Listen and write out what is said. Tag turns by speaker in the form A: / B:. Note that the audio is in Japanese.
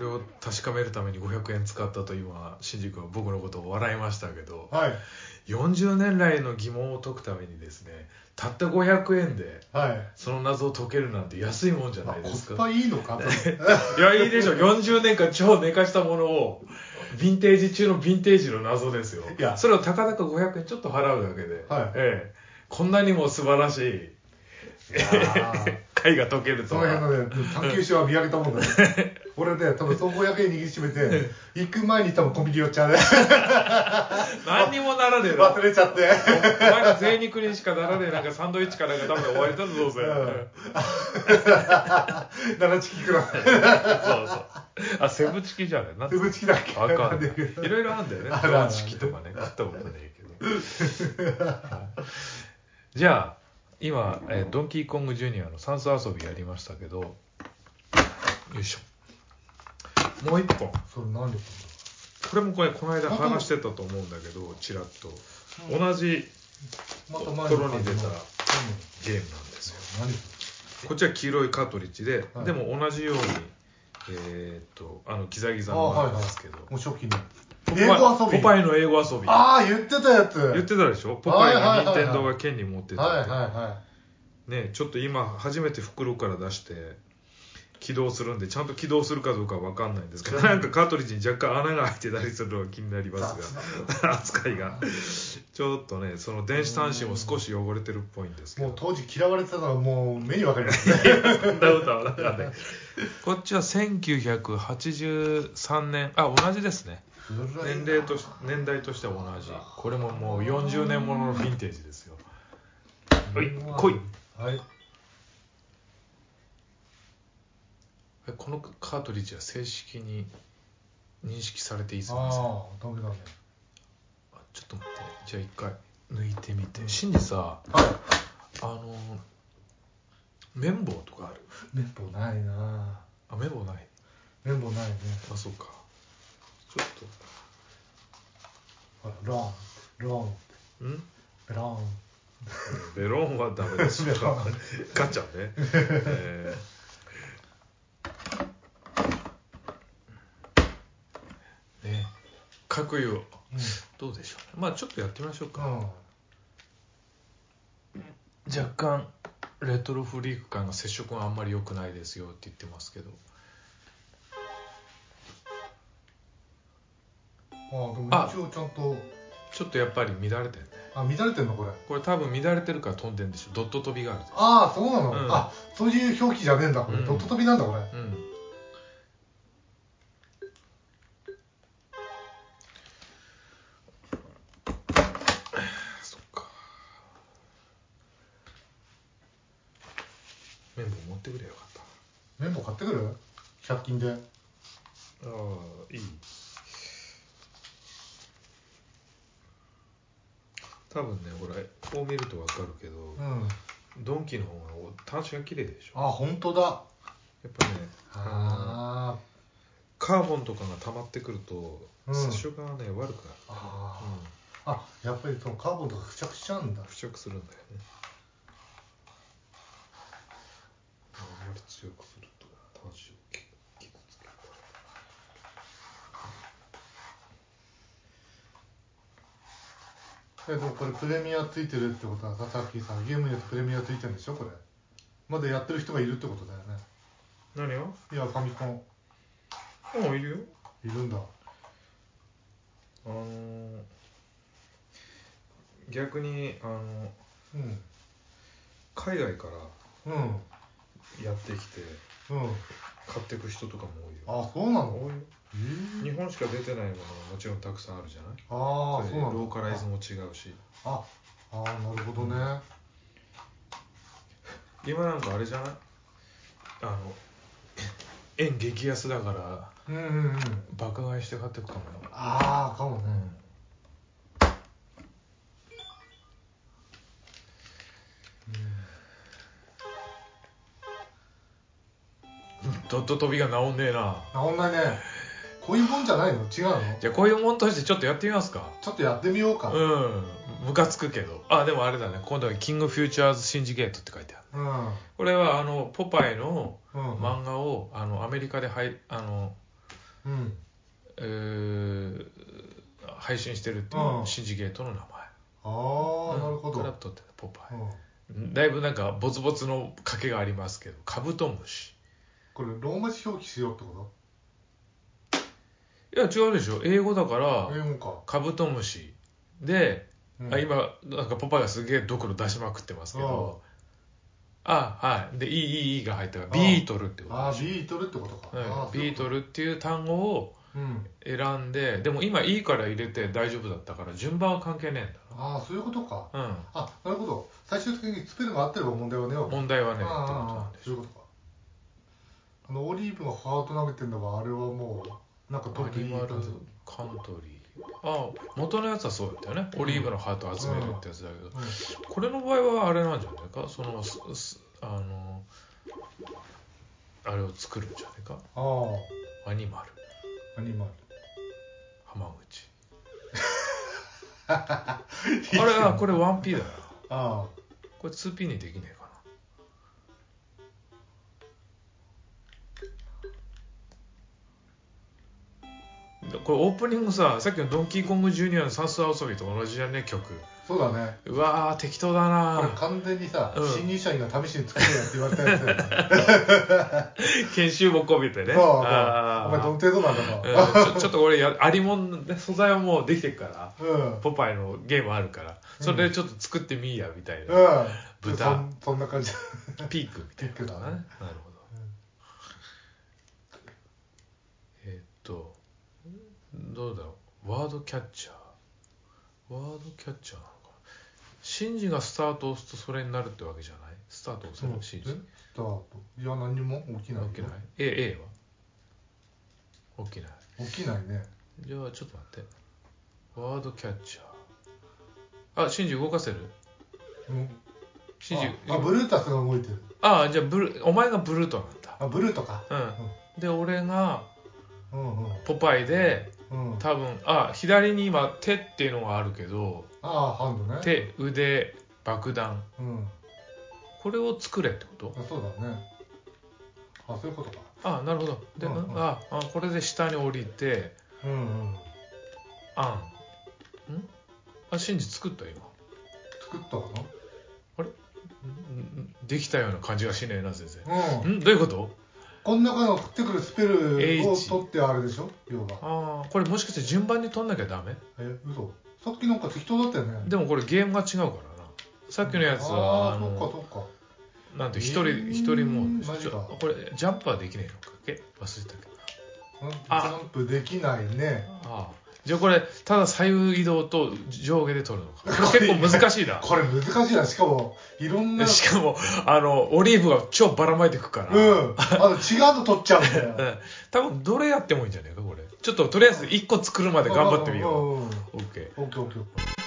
A: れを確かめるために500円使ったと今新次君は僕のことを笑いましたけど、
B: はい
A: 40年来の疑問を解くためにですねたった500円で
B: はい
A: その謎を解けるなんて安いもんじゃ
B: まあ
A: ないで
B: コ
A: す
B: ス
A: か、
B: パいいのかと
A: いやいいでしょ40年間超寝かしたものをヴィンテージ中のヴィンテージの謎ですよ
B: いや
A: それをたかだか500円ちょっと払うだけで、
B: はい
A: ええ、こんなにも素晴らしい
B: あー
A: 絵が解ける
B: そ
A: と
B: の
A: は
B: 辺のね卓球手は見上げたもんだ ね俺ね多分その500円握りしめて行く前に多分コンビニ寄っちゃうね
A: 何にもならねえな
B: 忘れちゃって
A: お前ら贅肉にしかならねえなんかサンドイッチかなんか食べて終わりだぞどうせ、
B: うん七チキくらい
A: そうそうあセブチキじゃないなん
B: 手ぶちきだっけ
A: あかん
B: で
A: ないろいろあるんだよね
B: あるある
A: セブチキとかね食ったことないけどはいじゃあ今、えードンキーコングジュニアの算数遊びやりましたけどよいしょもう一本
B: それ何で
A: これもこれこの間話してたと思うんだけどちらっと
B: うん
A: 同じ
B: ま
A: と
B: た前
A: ころに出たゲー
B: うん
A: ムなんですよ
B: 何
A: こっちは黄色いカートリッジで、
B: はい
A: でも同じようにえーっとあのギザギザ
B: あ
A: の
B: はい
A: なんですけど、
B: もう初期の
A: ポ
B: 英
A: パイ
B: 語遊び
A: ポパイの英語遊び
B: ああ言ってたやつ
A: 言ってたでしょポパイ
B: はいはい
A: の任
B: はいはい
A: 天堂が権利持ってた
B: はい
A: っ
B: はい
A: て、
B: は
A: ねちょっと今初めて袋から出して起動するんでちゃんと起動するかどうかは分かんないんですけどなんかカートリッジに若干穴が開いてたりするのが気になりますが扱いがちょっとねその電子端子も少し汚れてるっぽいんです
B: い
A: けど
B: もう当時嫌われてたのはもう目に分かりますね
A: そんなことはなかった こっちは1983年あ同じですね年齢とし年代としては同じこれももう40年もののヴィンテージですよおい来い
B: はい
A: えこのカートリッジは正式に認識されていそうです
B: ああダメだね
A: あちょっと待ってじゃあ一回抜いてみてシンジさ
B: はい
A: あの綿棒とかある
B: 綿棒ないな
A: あ綿棒ない
B: 綿棒ないね
A: あそうかちょっ
B: ほらロンロン
A: とん
B: ベロン
A: ベロンはダメです
B: ベロン
A: ガチャね、えーね各有どうでしょうまあちょっとやってみましょう
B: うん、
A: か、若干レトロフリーク感の接触はあんまり良くないですよって言ってますけど
B: うん、ああでも一応ちゃんと
A: ちょっとやっぱり乱れてるね
B: あ乱れてんのこれ
A: これ多分乱れてるから飛んでんでしょドット飛びがあるで
B: ああそうなの、
A: うん
B: あそういう表記じゃねえんだこれ、
A: うん
B: ドット飛びなんだこれ
A: うんそっか綿棒持ってくれよかった
B: 綿棒買ってくる100均で
A: ああいい多分ねほらこう見るとわかるけど
B: うん
A: ドンキの方がお端子が綺麗でしょ
B: あ本当だ
A: やっぱねあの
B: あ
A: カーボンとかが溜まってくると
B: うん
A: 接触がね悪くなる、
B: ーあ
A: うん
B: ーあやっぱりそのカーボンとか付着しちゃうんだ
A: 付着するんだよねあんまり強くすると端子を傷つける
B: えでもこれプレミアついてるってことはささっきさゲームによってプレミアついてるんでしょこれまだやってる人がいるってことだよね
A: 何を
B: いやファミコン
A: もういるよ
B: いるんだ
A: あのー逆にあの
B: うん
A: 海外から
B: うん
A: やってきて
B: うん
A: 買ってく人とかも多いよ
B: あそうなの
A: 多いよ
B: えー
A: 日本しか出てないものはもちろんたくさんあるじゃない
B: ああそうなの
A: ローカライズも違うし
B: ああーなるほどね、
A: 今なんかあれじゃないあの円激安だから
B: うんうんうん
A: 爆買いして買ってくかもよ
B: ああかもね、
A: ドット飛びが治んねえな
B: 治んないねこういうもんじゃないの違うの
A: じゃあこういうもんとしてちょっとやってみますか
B: ちょっとやってみよう
A: う
B: かうん、
A: んムカつくけどあでもあれだね今度は「キング・フューチャーズ・シンジゲート」って書いてある
B: うん
A: これはあのポパイの
B: うん
A: 漫画をあのアメリカではいあの
B: うん
A: えー配信してるっていう
B: うん
A: シンジゲートの名前
B: ああ、
A: うん
B: なるほど、
A: から取ってるポパイだいぶなんかボツボツの賭けがありますけどカブトムシ
B: これローマ字表記しようってこ
A: いや違うでしょ英語だか
B: と
A: ら
B: 英語
A: カブトムシで、
B: か、うん
A: あ今なんかポパイがすげえドクロ出しまくってますけど、あはいで「EEE」が入ったから
B: あ
A: ビートルってこと
B: あ
A: で
B: ー
A: し
B: ビートルってこと
A: ょ
B: か、
A: はい
B: あー
A: ビート
B: ル
A: ルっていう単語を
B: うん
A: 選んででも今「いい」から入れて大丈夫だったから順番は関係ね
B: ああそういうことか
A: えんだな
B: あなるほど最終的にスペルが合ってれば問題はねえ
A: う
B: わ
A: ん
B: け
A: 問題はねえってことな
B: あ
A: んで
B: あ
A: し
B: そう
A: ょ
B: いうことかあのオリーブがハート投げてんだわあれはもうなんか
A: アニ
B: いい
A: マル
B: 感じ
A: カントリーあ元のやつはそうだったよねオリーブのハート集めるってやつだけど、これの場合はあれなんじゃないかそのすすあのあれを作るんじゃないか
B: うん、あ
A: アニマル
B: あアニマル
A: 浜口 あれはこれ 1P だな
B: あ
A: これ 2P にできねえかなこれオープニングささっきの「ドンキーコングジュニアの算数遊び」と同じじゃね曲
B: あそうだね
A: うわー適当だ
B: これ
A: な
B: 完全にさ、
A: うん
B: 新入社員が試しに作れよって言われたやつだよ ね
A: 研修も込めてね
B: そうそうお
A: あー
B: 前どの程度なんだ
A: う
B: か
A: んちょちょ っと俺やありもんで素材はもうできてるから
B: うん
A: ポパイのゲームあるからそれでちょっと作ってみいやみたいな、
B: うん
A: 豚
B: そんそんな感じ
A: ピークみたいなことだねなるほど、
B: うん
A: えーっとどうだろうワードキャッチャーワードキャッチャーなのかなシンジがスタートを押すとそれになるってわけじゃないスタートを押せる、
B: うん
A: シンジ
B: えスタートいや何にも起きない
A: 起きない A, A は起きない
B: 起きないね
A: じゃあちょっと待ってワードキャッチャーあシンジ動かせる
B: うん
A: シンジ
B: ああブルータスが動いてる
A: あじゃあブルお前がブルートなんだ
B: あブルーとか
A: うんで俺が
B: うんうん
A: ポパイで
B: うん
A: 多分あ左に今手っていうのがあるけど
B: ああハンドね
A: 手腕爆弾
B: うん
A: これを作れってこと
B: あそうだねあそういうことか
A: あなるほどで、
B: うんうん
A: んああこれで下に降りて
B: うんうん
A: あんんあシンジ作った今
B: 作ったか
A: んんできたような感じがしねえな先生
B: なうん
A: んどういうこと
B: この中の降ってくるスペルを
A: H
B: 取ってあれでしょ要は
A: ああこれもしかして順番に取んなきゃダメ
B: え嘘さっきなんか適当だったよね
A: でもこれゲームが違うからなさっきのやつは
B: あ
A: あ
B: あそっ
A: の
B: かそっか
A: なんて一
B: え
A: 人
B: ー
A: 一人もう
B: マジか
A: ちょこれジャンプはできねえのかっけ忘れたけど
B: うんジ
A: あ
B: ャンプできないね
A: ああじゃあこれただ左右移動と上下で取るのか結構難しいな
B: これ難しいなしかもいろんな
A: しかもあのオリーブが超ばらまいてくから、
B: うん。あの、違うの取っちゃうんだ
A: う
B: よ。
A: ん多分どれやってもいいんじゃないかこれちょっととりあえず1個作るまで頑張ってみよ
B: うん。うんう
A: う
B: ん
A: OK
B: オッケーオッケーオッケー。